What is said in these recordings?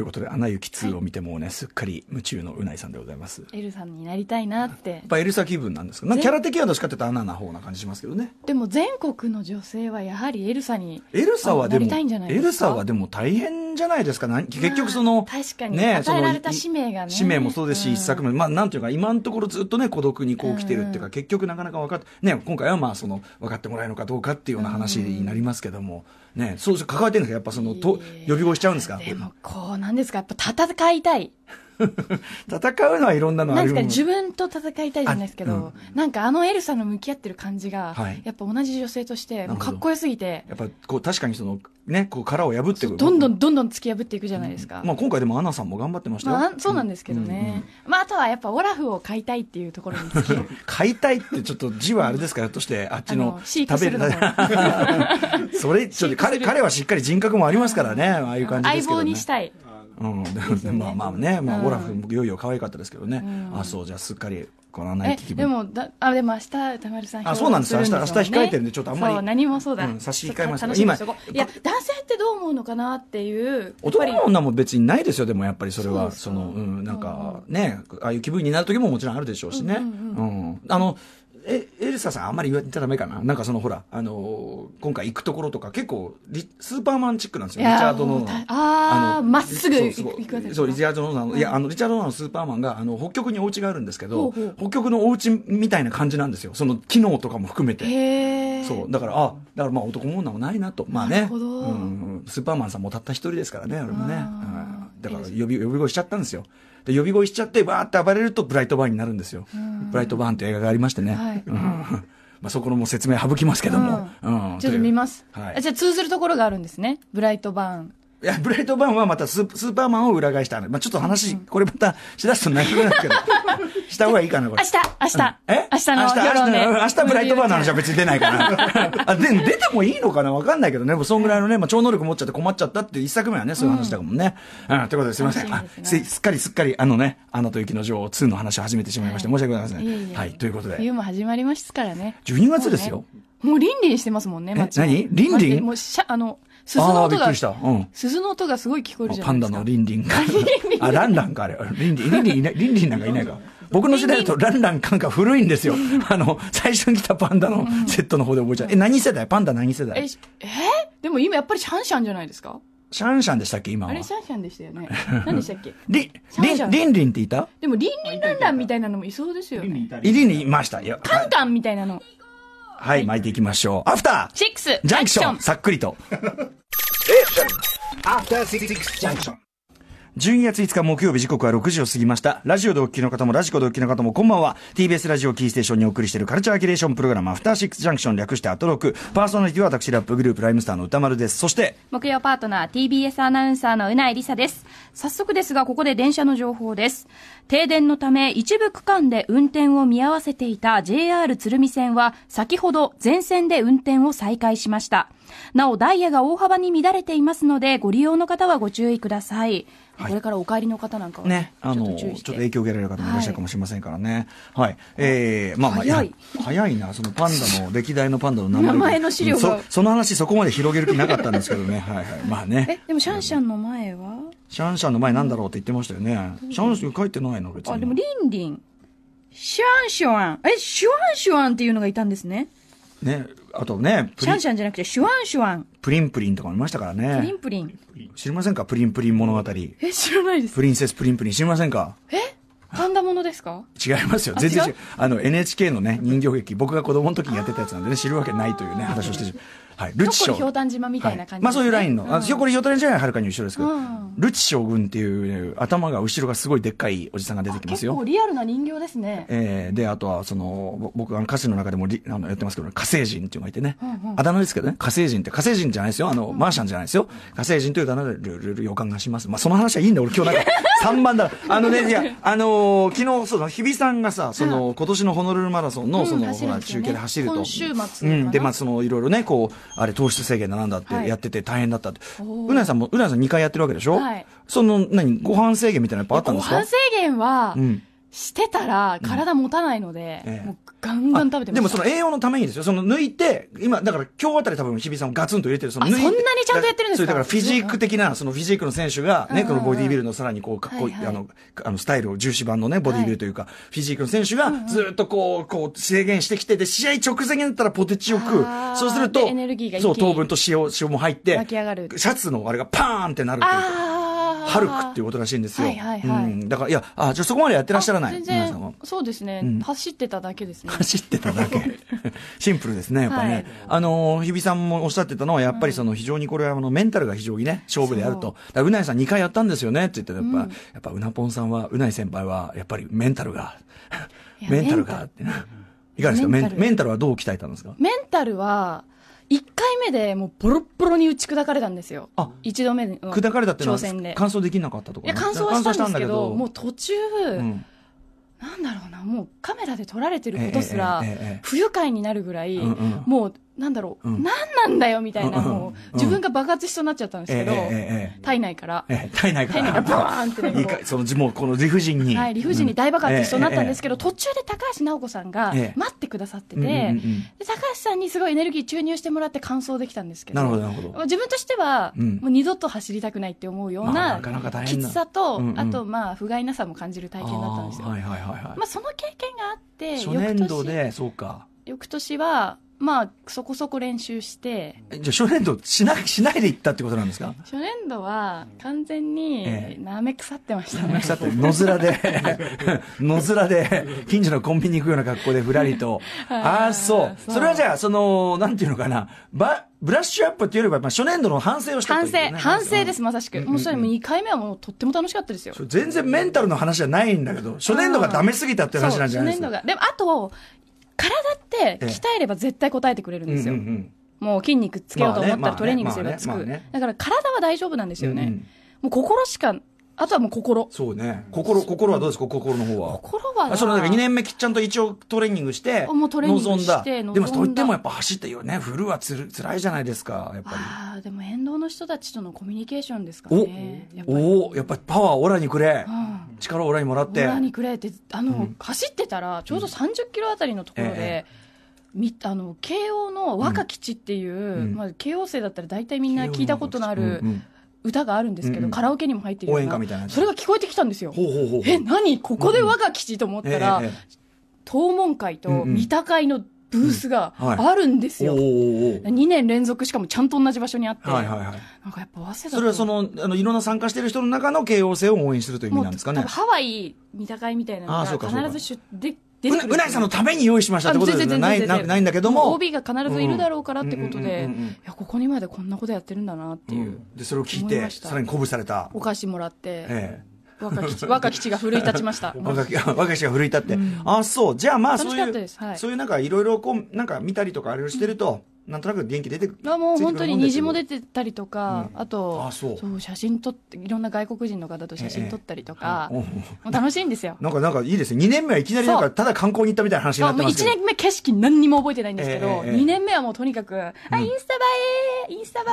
いうことで、アナ雪2を見てもうね、すっかり夢中のうないさんでございます。やエルさんになりたいなってっぱエルサ気分なんですけど、なんかキャラ的にはどっちかっていうとアナな方な感じしますけどね。でも全国の女性はやはりエルサにエルサはであなりも、たいんじゃないエですかルサはでも大変じゃないですか。な結局その、まあ確かそにの与えられた使命がね使命もそうですし、うん一作目、まあなんていうか、今のところずっとね、孤独にこう来てるっていうか、うん結局なかなか分かって、ね、今回はまあその、分かってもらえるのかどうかっていうような話になりますけども、ね、そうそう抱えてるんですかやっぱその、といい、呼び声しちゃうんですかでもこうなんですかやっぱ戦いたい戦うのはいろんなのなあんでるすよかね自分と戦いたいじゃないですけど、なんかあのエルサの向き合ってる感じが、はいやっぱ同じ女性としてもなうるほかどっこよすぎてやっぱこう確かにそのねこう殻を破っていくどんどんんどんどん突き破っていくじゃないですか、まあ今回でもアナさんも頑張ってましたよ、まあ、そうなんですけどうんうんうねん、まあ、あとはやっぱオラフを買いたいっていうところに 尽きる解体ってちょっと字はあれですかひょっとしてあっちあのの飼育するの それちょっと彼彼はしっかり人格もありますからねああいう感じで相すけど、ね、棒にしたいうん、すよねまあまあね、まあ、うんオラフもいよいよ可愛かったですけどね、うんあそうじゃあすっかりこの穴え行き気で分もだあでも明日田丸さんあそうなんですよ表明彰日る明日控えてるんでちょっとあんまりそう何もそうだ、うん差し控えますちょっと楽しみ今にしとこういや男性ってどう思うのかなっていうやっ男ぱりも女も別にないですよでもやっぱりそれはそそうですの、かうん、なんかねああいう気分になる時ももちろんあるでしょうしね、ううんんあのえエルサさんあんまり言っちゃダメかななんかそのほらあのー今回行くところとか結構リスーパーマンチックなんですよいやリチャード・ノーもうナンたあーのまっすぐそう行くそう行くわけですかそうリチャード・ノーナンのいやあのリチャード・ノーナンのスーパーマンがあの北極にお家があるんですけどほうほう北極のお家みたいな感じなんですよその機能とかも含めてへえそうだからあだからまあ男も女もないなとまあねなるほどうん、スーパーマンさんもたった一人ですからねあれもね、あうーんだからいい呼び呼び声しちゃったんですよで呼び声しちゃってバーって暴れるとブライトバーンになるんですよ、うんブライトバーンって映画がありましてね、はいうんまあ、そこのもう説明省きますけども、うんちょっと見すます、はいあじゃあ通ずるところがあるんですねブライトバーンいやブライトバーンはまたスースーパーマンを裏返した、まあ、ちょっと話、これまたしだすと長くなるけ どした方がいいかなこ明れ日明日、え明日の夜をね明日明日ブライトバーンの話は別に出ない から。あ、で、出てもいいのかなわかんないけどね。もうそんぐらいのね、まあ、超能力持っちゃって困っちゃったっていう一作目はね、そういう話だもんね。うん、ということですいません。あ楽しみですすねすっかりすっかり、あのね、アナと雪の女王2の話を始めてしまいまして、はい申し訳ございません。いえいえはい、ということで。冬も始まりますからね12月ですよもう,、ね、もうリンリンしてますもんねえ街も何リンリン待ってもうしゃあの鈴のあーび音っくがりした。うん。鈴の音がすごい聞こえるじゃパないンダですかのリンリンが。あ、ランランか、あれ。リンリン、リンリンいない、リンリンなんかいないか。僕の時代だとランラン感が古いんですよ。あの、最初に来たパンダのセットの方で覚えちゃう。え、何世代パンダ何世代えしえーでも今やっぱりシャンシャンじゃないですかシャンシャンでしたっけ今あはれシャンシャンでし たよね何でしたっけリンシャリンシャンンリンリンっていたでもリンリンランランみたいなのもいそうですよねリンリンいましたよカンカンみたいなのはい巻いていきましょうアフターシックスジャンクショアンクさっくりと After Six Junction. 12月5日木曜日時刻は6時を過ぎましたラジオでお聞きの方もラジコでお聞きの方もこんばんは TBS ラジオキーステーションにお送りしているカルチャーキュレーションプログラムアフターシックスジャンクション略してアトロクパーソナリティは私ラップグループライムスターの歌丸ですそして木曜パートナー TBS アナウンサーのうないりさです早速ですがここで電車の情報です停電のため一部区間で運転を見合わせていた JR 鶴見線は先ほど全線で運転を再開しましたなおダイヤが大幅に乱れていますのでご利用の方はご注意ください、これからお帰りの方なんかはね、ちょあっの、とち注ょ意っしとて、影響を受けられる方もいらっしゃるかもしれませんからね。はい。えー、まあまあ、早いや早いな、そのパン ダの、歴代のパンダの名前が名前の資料がうんそ。 その話そこまで広げる気なかったんですけどね。はいはい。まあねえ。でもシャンシャンの前はシャンシャンの前なんだろうって言ってましたよね。シャンシャン書いてないの、別に。あでもリンリンシャンシャンえシュワンシュワンっていうのがいたんですねね、あとね、プシリャンンシャンじゃなくてシュワンシュワンプリンプリンとかもいましたからプリねン。プリン知りませんかプリンプリン物語。え、知らないです。プリンセスプリンプリン知りませんかパンダものですか違いますよ。全然違違うう。あの、NHK のね、人形劇、僕が子供の時にやってたやつなんでね、知るわけないというね、話をしてしまう。はい。ルチひシょョっこりひょうたん島みたいな感じですねまあそういうラインの、あうんひょっこりひょうたん島よりはるかに後ろですけど、うんルチ将軍っていう頭が後ろがすごいでっかいおじさんが出てきます結よ構。リアルな人形ですねえーで、あとは、その、ぼ僕、あの、歌詞の中でもりあのやってますけど、火星人っていうのがいてね、うんうんあだ名ですけどね、火星人って、火星人じゃないですよ、あの、マーシャンじゃないですよ、火星人というあだ名でるるる予感がします。まあ、その話はいいんだ、俺今日 なんか、3番だあのね、いや、あのー昨日、そうだ、日比さんがさ、その、今年のホノルルマラソンの、うんその、ほ走るんら、です中よね継で走ると。今週末かう、なんで、まあ、その、いろいろね、こう、あれ、糖質制限だなんだってはいやってて大変だったって。おーうなやさんも、うなやさん2回やってるわけでしょはいその、何、ご飯制限みたいなのやっぱあったんごですか飯制限は、うん。してたら体持たないので、ええもうガンガン食べてましたでもその栄養のためにですよ。その抜いて、今、だから今日あたり多分日比さんをガツンと入れてる。その抜いてあそんなにちゃんとやってるんですそかうだからフィジーク的な、そのフィジークの選手が、ね、うんこうんうんのボディービルのさらにこう、かっこいい、はいはいあの、あのスタイルを重視版のね、ボディービルというか、フィジークの選手がずっとこう、こう制限してきて、で、試合直前になったらポテチを食うあ。ーそうすると、でエネルギーが一気そにう、糖分と塩、塩も入って、湧き上がるシャツのあれがパーンってなるというか。ああハルクっていうことらしいんですよ。はいはいはいうん。だから、いや、あ、じゃあそこまでやってらっしゃらない。全皆さんは然そうですね、うん走ってただけですね走ってただけ。 シンプルですね、やっぱね。はいあのー、日比さんもおっしゃってたのは、やっぱりその非常にこれはあのメンタルが非常にね、勝負であると。そだうからうないさん2回やったんですよねって言ってたらやっぱ、うんやっぱうなぽんさんは、うない先輩は、やっぱりメンタルが、い やメンタルがって。いかがですかメメンンタルメンタルはどう鍛えたんですかメンタルは1回目でもうボロッボロに打ち砕かれたんですよあ一度目の砕かれたっていうのは、挑戦で乾燥できなかったとかいね、や完走はしたんですけどもう乾燥途中、したんだけどうんなんだろうなもうカメラで撮られてることすらええええええ不愉快になるぐらい、うんうんもうなんだろう、うんなんなんだよみたいな、うんうんもう自分が爆発しそうになっちゃったんですけど、えええええ体内から、ええ、体内か。体内かららバーンってねいいかその、もうこの理不尽に。はい、理不尽に大爆発しそうになったんですけけど、途中で高橋尚子さんがええ待ってくださってて、うんうんうんうんで高橋さんにすごいエネルギー注入してもらって完走できたんですけどなるほど、なるほど。自分としては、うんもう二度と走りたくないって思うようまあななかなか大き変なつさと、うんうんあとまあ不甲斐なさも感じる体験だったんですよ、あーはいはいはいはい。まあ、その経験があって初翌年度年で、そうか。翌年はまあそこそこ練習してえじゃあ初年度しない、しないで行ったってことなんですか初年度は完全ええになめ腐ってましたね、さて、野面で、野面で、近所のコンビニ行くような格好でふらりと。 ああ、そう。 そうそれはじゃあ、その、なんていうのかな、ば、ブラッシュアップっていうよりは、まあ、初年度の反省をしたとい反うね、省反省でうんす、まさしく。もうそれも2回目はもうとっても楽しかったですよ。それ全然メンタルの話じゃないんだけど、初年度がダメすぎたっていう話なんじゃないですか。そう初年度が。でも、あと、体って鍛えれば絶対答えてくれるんですよ。うんうんうんもう筋肉つけようと思ったら、まあねトレーニングすればつく、まあねまあねだから体は大丈夫なんですよね。うんうんもう心しか、あとはもう心。そうね。心、心はどうですか心の方は。心はなあそのなんか2年目きっちゃんと一応トレーニングして、もうトレーニングし臨てんだ。臨んだでもそう言ってもやっぱ走ってよね、フルはつる辛いじゃないですか、やっぱり。ああ、でも沿道の人たちとのコミュニケーションですかね。やっぱり。おおやっぱりパワーオラにくれ。うん力をオラにもらって。オーラにくれってあの、うん走ってたらちょうど30キロあたりのところで、えみあの慶応の若吉っていう、んまあ、慶応生だったら大体みんな聞いたことのあるうんうん歌があるんですけど、うんうんカラオケにも入ってるよう応援歌なみたいなやつそれが聞こえてきたんですよ。ほうほうほう。え何ここで若吉と思ったら、えええ東門会と三田会のブースがうんはいあるんですえよ、おーおーおー2年連続しかもちゃんと同じ場所にあって、はいはいはい。なんかやっぱ早稲田とそれはその、あの、いろんな参加してる人の中の慶応生を応援するという意も味うなんですか多ね分。ハワイ三田会みたいなのあがーそうかそうか必ず出で出てうくなるうないさんのために用意しましたってことであ全は然ない全然なないんだけども。 OB が必ずいるだろうからってことで、うんうんうんうんうんいやここにまでこんなことやってるんだなっていう、うんで、それを聞い思いて、ましたさらに鼓舞された。お菓子もらって、ええ。若吉 若吉が奮い立ちました 若き若きが奮い立って、あそうじゃあまあそうい楽しかったうですはいそういうなんかいろいろこうなんか見たりとかあれをしてると、なんとなく元気出てくあもう本当に虹も出ててたりとか、あとあそう写真撮っていろんな外国人の方と写真撮ったりとか、ええええはいもう楽しいんですよなんかなんかいいですね2年目はいきなりなんそかうただ観光に行ったみたいな話になあってもうますけ1ど年目景色何にも覚えてないんですけど、ええええ2年目はもうとにかく、あインスタ映えインスタ映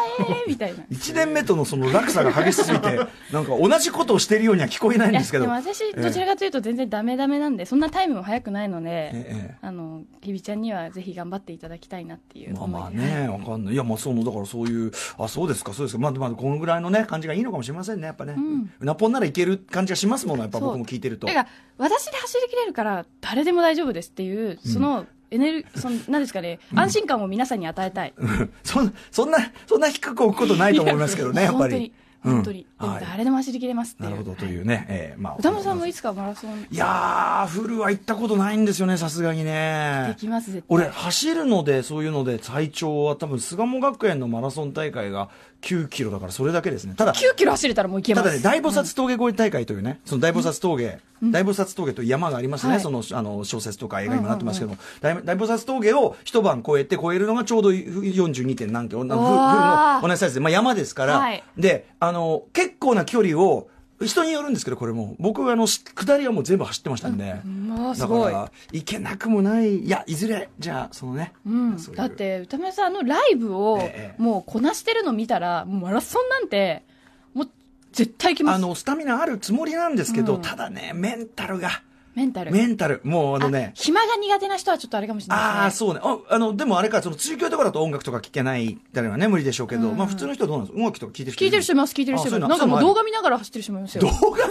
えみたいな1年目とのその落差が激しすぎて なんか同じことをしてるようには聞こえないんいやですけでども私どちらかというと全然ダメダメなんでそんなタイムも早くないので、ええええあの日比ちゃんにはぜひ頑張っていただきたいなっていうまあ思まあいで、ね、わかんない。いや、まあその、だからそういう、あ、そうですか、そうですか。まあ、まあ、このぐらいのね、感じがいいのかもしれませんね、やっぱね。んうなぽんならいける感じがしますもの、やっぱそう僕も聞いてると。だから私で走りきれるから誰でも大丈夫ですっていうそのエネル、そのなんですかね安心感を皆さんに与えたい、そんそんな、そんな低く置くことないと思いますけどね、やっぱり。本当にうん本当に、でもはい。誰でも走りきれますっていなうるほど、とはいいうね。えーまあ。歌丸さんもいつかマラソンいやー、フルは行ったことないんですよね、さすがにでね。きます絶対俺、走るので、そういうので、最長は多分、巣鴨学園のマラソン大会が9キロだから、それだけですね。ただ、 9キロ走れたらもういけまたすだね、大菩薩峠越え大会というね、その大菩薩峠、大菩薩峠という山がありますね、はいそのあの小説とか映画にもなってますけども、大大菩薩峠を一晩越えて、越えるのがちょうど42点何キロ、ふふうわーの同じサイズで、まあ、山ですから、はいであの、結構な距離を、人によるんですけど、これも、僕はあのし下りはもう全部走ってましたんで、まあすだごかいら、行けなくもない、いや、いずれ、じゃあ、そのね、うんそういうだって歌丸さんのライブをええもうこなしてるの見たらもうマラソンなんてもう絶対いきまあすのスタミナあるつもりなんですけど、うんただね、メンタルが。メンタル。メンタル。もうあのね。暇が苦手な人はちょっとあれかもしれあなあいー、ですね。そうね。あ、あの、でもあれか、その、中京とかだと音楽とか聴けない、誰はね、無理でしょうけど、まあ普通の人はどうなんですか音楽とか聴いてる人聞いてる人います、聞いてる人います。なんかもう動画画見ながら走ってる人もいますよ。動本画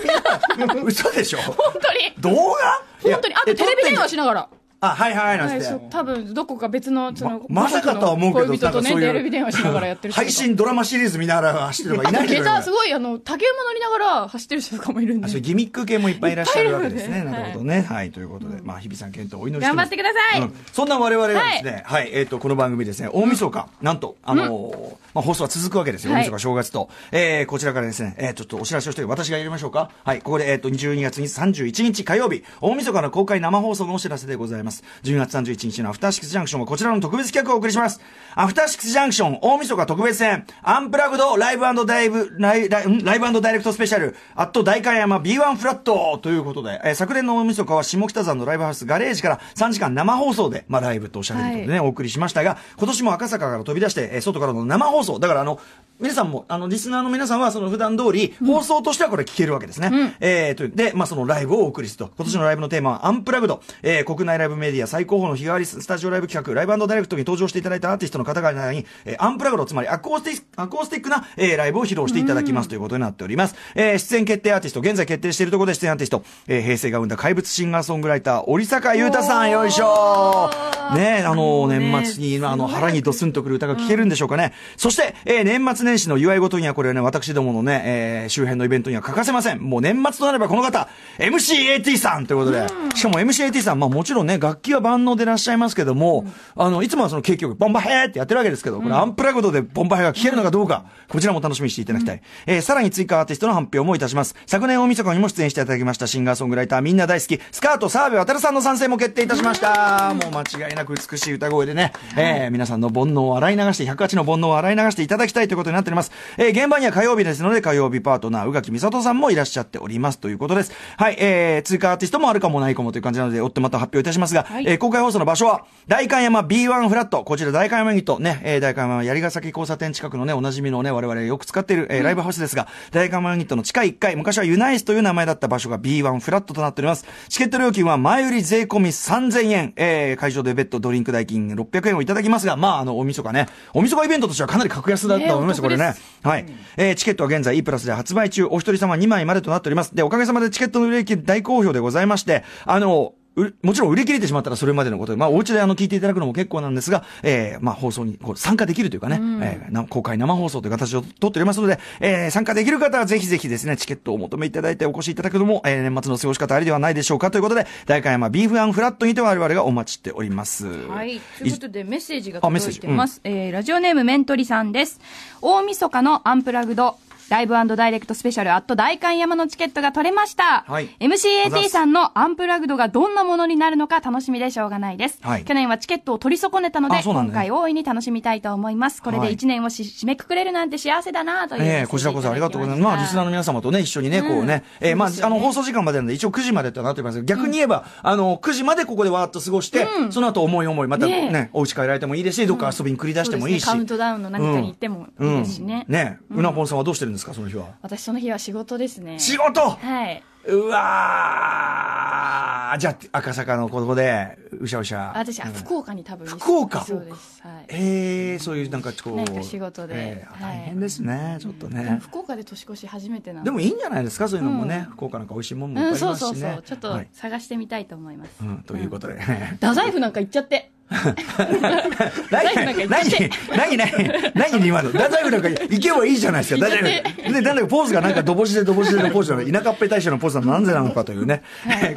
見ながら嘘でし ょ当に動画本当に。あとテレビ電話ししながら。あ、はいはいなんつはい、っそうて。多分どこか別の、その、まさかとは思うけど、恋人となんかね、そういうテレビ電話しながらやってる人とか配信ドラマシリーズ見ながら走ってるのがいないけ下ど。手すごい、あの、竹馬乗りながら走ってる人とかもいるんあでそういう。ギミック系もいっぱいいらっしゃるわけですね。いっぱいいるよねなるほどね。はい。ということで、まあ、日比さん検討お祈りして頑張まっすてください、うんそんな我々がですね、はい、えっ、と、この番組ですね、大晦日、なんと、あのーまあ、放送は続くわけですよ。は大い晦日、正月と。えー、こちらからですね、えー、ちょっとお知らせをして、私がやりましょうか。はい、ここで、えっ、と、12月31日火曜日、大晦日の公開生放送のお知らせでございます。12月31日のアフターシックスジャンクションはこちらの特別企画をお送りします。アフターシックスジャンクション、大晦日特別編、アンプラグドライブダイブ、ライライんライブダイレクトスペシャル、アット大観山 B1 フラットということで、えー昨年の大晦日は下北沢のライブハウスガレージから3時間生放送で、まあライブとおしゃべりということでね、お送りしましたが、今年も赤坂から飛び出して、えー外からの生放送。だからあの、皆さんも、あの、リスナーの皆さんは、その普段通り、放送としてはこれ聞けるわけですね。えーというで、まあそのライブをお送りすると。今年のライブのテーマは、アンプラグド。えー国内ライブメディア最高峰の日替わりスタジオライブ企画、ライブダイレクトに登場していただいたアーティストの方々に、えーアンプラグド、つまりアコースティック、アコースティックな、えーライブを披露していただきますということになっております。えー出演決定アーティスト、現在決定しているところで出演アーティスト、えー平成が生んだ怪物シンガーソングライター、織坂優太さん、よいしょねえ、あの、もうね年末に、まああの、腹にドスンとくる歌が聴けるんでしょうかね。そして、えー年末年始の祝い事には、これはね、私どものね、えー周辺のイベントには欠かせません。もう年末となればこの方、MCAT さんということで、しかも MCAT さん、まあもちろんね、楽器は万能でいらっしゃいますけども、あの、いつもはその結局、ボンバヘーってやってるわけですけど、これアンプラグドでボンバヘーが聴けるのかどうか、こちらも楽しみにしていただきたい。えーさらに追加アーティストの発表もいたします。昨年大晦日にも出演していただきました、シンガーソングライターみんな大好き、スカート澤部渉さんの参戦も決定いたしました。もう間違いなく美しい歌声でね、えー皆さんの煩悩を洗い流して、108の煩悩を洗い流していただきたいということになっております。えー現場には火曜日ですので、火曜日パートナー、宇垣美里さんもいらっしゃっておりますということです。はい、えー、追加アーティストもあるかもないかもという感じなので、追ってまた発表いたしますが、はいえー公開放送の場所は、大観山 B1 フラット、こちら大観山ギとね、えー大観山槍ヶ崎交差点近くのね、おなじみのね、我々よく使っている、えーライブハウスですが、大観山ギットの地下1階、昔はユナイスという名前だった場所が B1 フラットとなっております。チケット料金は前売り税込み3000円、えー会場で別途ドリンク代金600円をいただきますが、まあ、あの、おみそかね、おみそかイベントとしてはかなり格安だったと思いますよ、ねこれお得ねで。はい。えーチケットは現在 E プラスで発売中、お一人様2枚までとなっております。で、おかげさまでチケットの売れ行き大好評でございまして、あの、うもちろん売り切れてしまったらそれまでのことで、まあお家であの聞いていただくのも結構なんですが、えーまあ放送にこう参加できるというかね、えーな公開生放送という形をとっておりますので、えー参加できる方はぜひぜひですね、チケットをお求めいただいてお越しいただくのも、えー年末の過ごし方ありではないでしょうかということで、大会山ビーフアンフラットにて我々がお待ちしております。はい。ということで、メッセージがあメッセ届いージてます。えーラジオネームメントリさんです。大晦日のアンプラグド、ライブダイレクトスペシャル、アット大観山のチケットが取れました。はい MCAT さんのアンプラグドがどんなものになるのか楽しみでしょうがないです。はい去年はチケットを取り損ねたので、あそうなんだね今回大いに楽しみたいと思います。これはでい1年をし締めくくれるなんて幸せだなというメッセージええこちらこそありがとうございます。まあ、リスナーの。の皆様とね、一緒にね、こうね、ええまあ、あの、放送時間までなんで、一応9時までとなってますけど、逆に言えば、あの、9時までここでわーっと過ごして、その後思い思い、またねえね、お家帰られてもいいですし、どっか遊びに繰り出してもいいし。そうですねカウントダウンの何かに行ってもいいですしね。うんねえうなぽんさんはどうしてるんですか、その日は。私その日は仕事ですね。仕事はい。うわーじゃあ、赤坂のここで、うしゃうしゃ。あ私、あうん福岡に多分。福岡そうです。はい。ええそういうなんかこう。なんか仕事でええは大い変ですね、ちょっとでもね。福岡で年越し初めてなのでもいいんじゃないですか、そういうのもね。福岡なんか美味しいもんもういっん、ぱいありそうますしそね。うそう。ちょっとはい探してみたいと思います。うん、ということで。太宰府なんか行っちゃって。何なんか何何何何何今の太宰府なんか行けばいいじゃないですか太宰府でなんだかポーズがなんかどぼしでどぼしでのポーズなの田舎っぺ大使のポーズなのなんでなのかというね、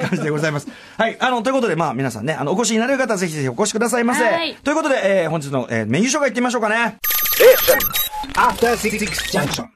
感じでございますはいあのということでまあ皆さんねあのお越しになれる方はぜひぜひお越しくださいませはいということで、えー本日の、えーメニュー紹介いってみましょうかね After Six Junction.